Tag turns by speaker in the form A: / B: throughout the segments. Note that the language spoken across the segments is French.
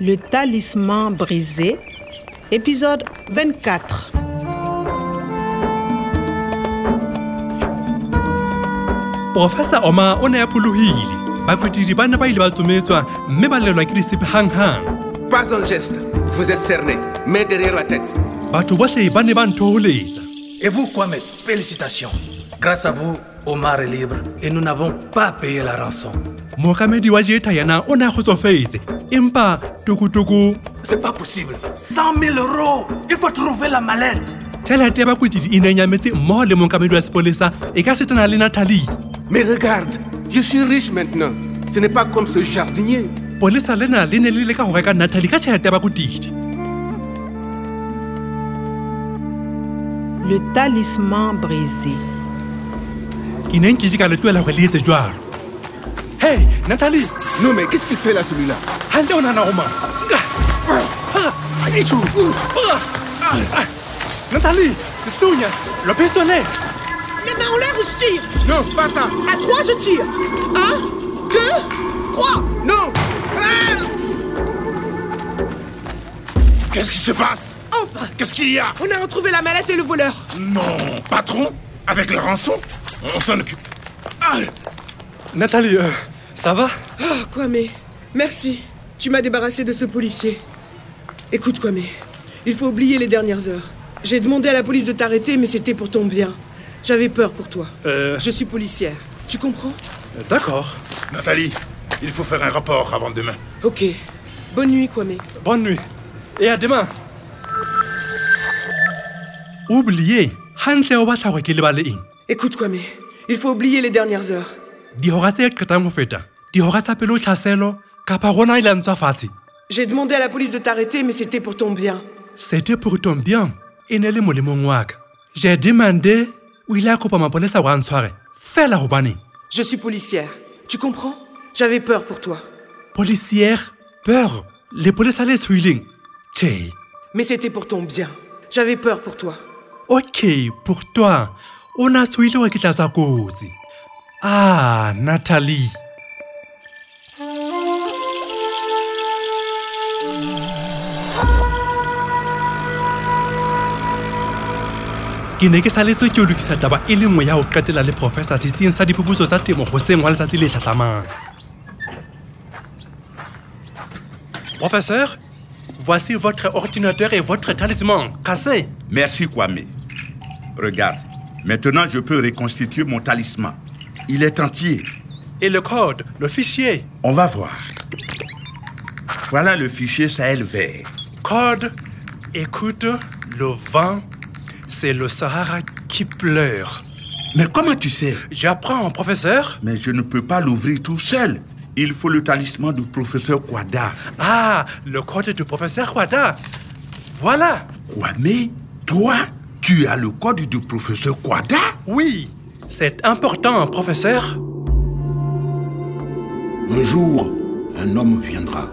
A: Le talisman brisé, épisode 24.
B: Professor Oma o ne a pholohile. Bakwetlidi ba ne ba ile ba tsometswa mme ba lelwa ke disepe hanghang.
C: Pas un geste. Vous êtes cerné, mais derrière la tête.
B: Batho bohle ba ne ba nthoholetsa.
D: Et vous, Kwame, félicitations. Grâce à vous, Omar est libre et nous n'avons pas payé la rançon.
B: Mookamedi wa Jeta yena o ne a kgotsofetse. Empa tukutuku
D: C'est pas possible. 100 000 euros. Il faut trouver la mallette.
B: tjhelete ya bakwetlidi e neng ya metse mmoho le mookamedi wa sepolesa e ka setsana le nathalie
C: Mais regarde, je suis riche maintenant. Ce n'est pas comme ce jardinier.
B: polesa lena le ne le leka go reka nathalie ka tjhelete ya bakwetlidi
A: Le talisman brisé.
B: ke neng ke je ka letlwela gore le etse jalo hei nathalie
C: Non, mais qu'est-ce qu'il fait là, celui-là
B: gantle o nana goma Ah, nathalie estonia lo pistole
E: Les mains en l'air ou je tire
C: Non, pas ça.
E: À trois, je tire. Un, deux, trois. Ah.
C: Non
F: Qu'est-ce qui se passe
E: Enfin,
F: Qu'est-ce qu'il y a
E: on a retrouvé la mallette et le voleur.
F: Non, patron Avec la rançon On s'en occupe. Ah,
B: nathalie euh, ça va
E: Oh, Kwame, merci. Tu m'as débarrassé de ce policier. Écoute, Kwame, il faut oublier les dernières heures. J'ai demandé à la police de t'arrêter, mais c'était pour ton bien. J'avais peur pour toi.
B: Euh.
E: Je suis policière. Tu comprends
B: d'accord
F: Nathalie, il faut faire un rapport avant demain.
E: Ok. Bonne nuit, Kwame.
B: bonne nuit et à demain oublié gantle o batla gore ke lebale eng
E: Écoute, Kwame, il faut oublier les dernières heures.
B: dihora tse qetang go feta dihora tsa pele o tlhaselo kapa gona e la ntswa fatshe
E: J'ai demandé à la police de t'arrêter, mais c'était pour ton bien.
B: c'était pour ton bien e ne le molemong wa ka j'ai demandé o ile a kopa mapolesa go a ntshware fela gobaneng
E: Je suis policière. Tu comprends J'avais peur pour toi.
B: policière peur lepolesa le tshwileng tšhe
E: Mais c'était pour ton bien. J'avais peur pour toi.
B: okay pour toi o ne a tshwile gore ke tla tswa kotsi ah natalie ke ne ke saletswe ke o lokisa taba e le nngwe ya go qetela le professor setsing sa diphuputso tsa temo goseng wa letsatsi le tlhatlamang professeur voici votre ordinateur et votre talisman cassé
G: Merci, Kwame. Regarde, maintenant je peux reconstituer mon talisman. Il est entier.
B: et le code le fichier
G: On va voir. Voilà le fichier Sahel vert.
B: Code, écoute le vent, c'est le Sahara qui pleure.
G: Mais comment tu sais
B: J'apprends, professeur.
G: Mais je ne peux pas l'ouvrir tout seul. Il faut le talisman du professeur Kwada.
B: Ah, le code du professeur Kwada. Voilà.
G: Kwame, toi, tu as le code du professeur Kwada
B: Oui, c'est important, professeur.
H: Un jour, un homme viendra.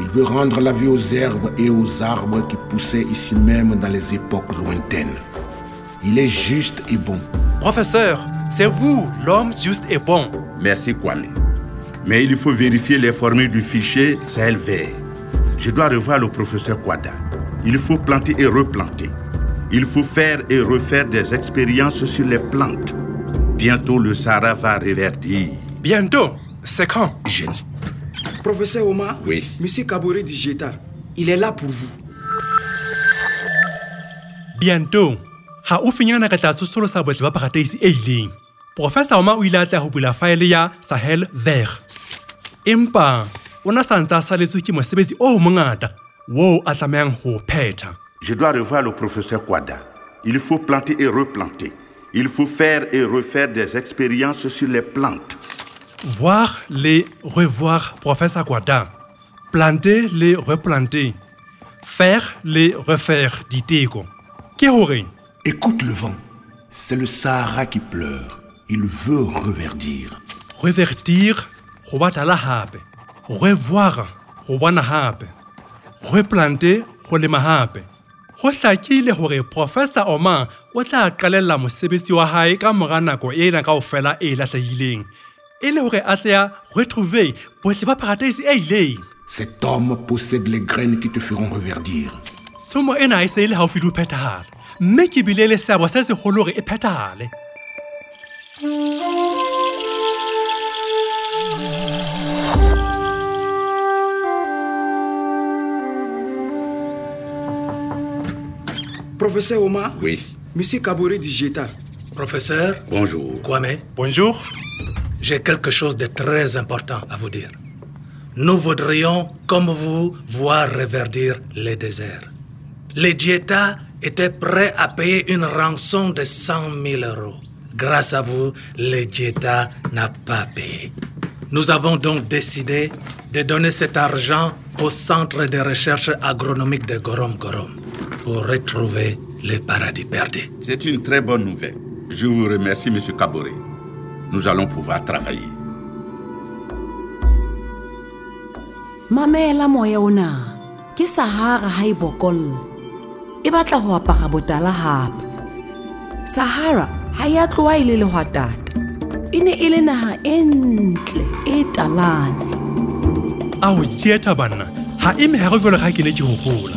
H: Il veut rendre la vie aux herbes et aux arbres qui poussaient ici même dans les époques lointaines. Il est juste et bon.
B: Professeur, c'est vous, l'homme juste et bon.
G: Merci, Kwame. Mais il faut vérifier les formules du fichier Sahel vert. Je dois revoir le professeur Kwada. Il faut planter et replanter. Il faut faire et refaire des expériences sur les plantes. Bientôt, le Sahara va reverdir.
B: Bientôt, c'est quand
G: Je ne-
I: Professeur Omar,
G: Oui.
I: Monsieur Kabore Digeta, il est là pour vous.
B: Bientôt. Ha o finyana ka tla tsosolosa botle ba paradise e ileng. Professor Oma o ile a tla ho bula file ya Sahel Vert. Empa o na sa ntse a saletswe ke mosebetsi o mongata wo a tlamehang ho phetha.
G: Je dois revoir le professeur Kwada. Il faut planter et replanter. Il faut faire et refaire des expériences sur les plantes.
B: Voir le revoir Professor Kwada. Planter le replanter. Faire le refaire diteko. Ke hore
H: Écoute le vent. C'est le Sahara qui pleure. Il veut reverdir.
B: revertir go batala gape revoir go bona gape replante go lema gape go tlakile gore professor oman o tla qalelela mosebetsi wa gae ka mora nako e na kao fela e latlhegileng e le gore a tseya retrouve botle ba paradise e ileng
H: Cet homme possède les graines qui te feront reverdir.
B: tshomo ena e se e le gaufi le ho phethahala mme ke bile le seabo se segolo gore e phethagale
I: Professeur Omar,
G: Oui,
I: Monsieur Kabore Digeta,
D: Professeur
G: bonjour.
D: Kwame,
B: bonjour
D: j'ai quelque chose de très important à vous dire. Nous voudrions, comme vous, voir reverdir les déserts. Les Dieta étaient prêts à payer une rançon de 100 000 euros. Grâce à vous, les Dieta n'a pas payé. Nous avons donc décidé de donner cet argent au Centre de recherche agronomique de Gorom Gorom pour retrouver le paradis perdu.
G: C'est une très bonne nouvelle. Je vous remercie, Monsieur Caboret. Nous allons pouvoir travailler.
J: mamela moya ona ke sahara ha e bokolla e batla ho apara botala hape sahara ha ya tloa e le lehwatata e ne e le naha e ntle e talane
B: ao jeta banna ga e megago jalo ga ke ne ke gopola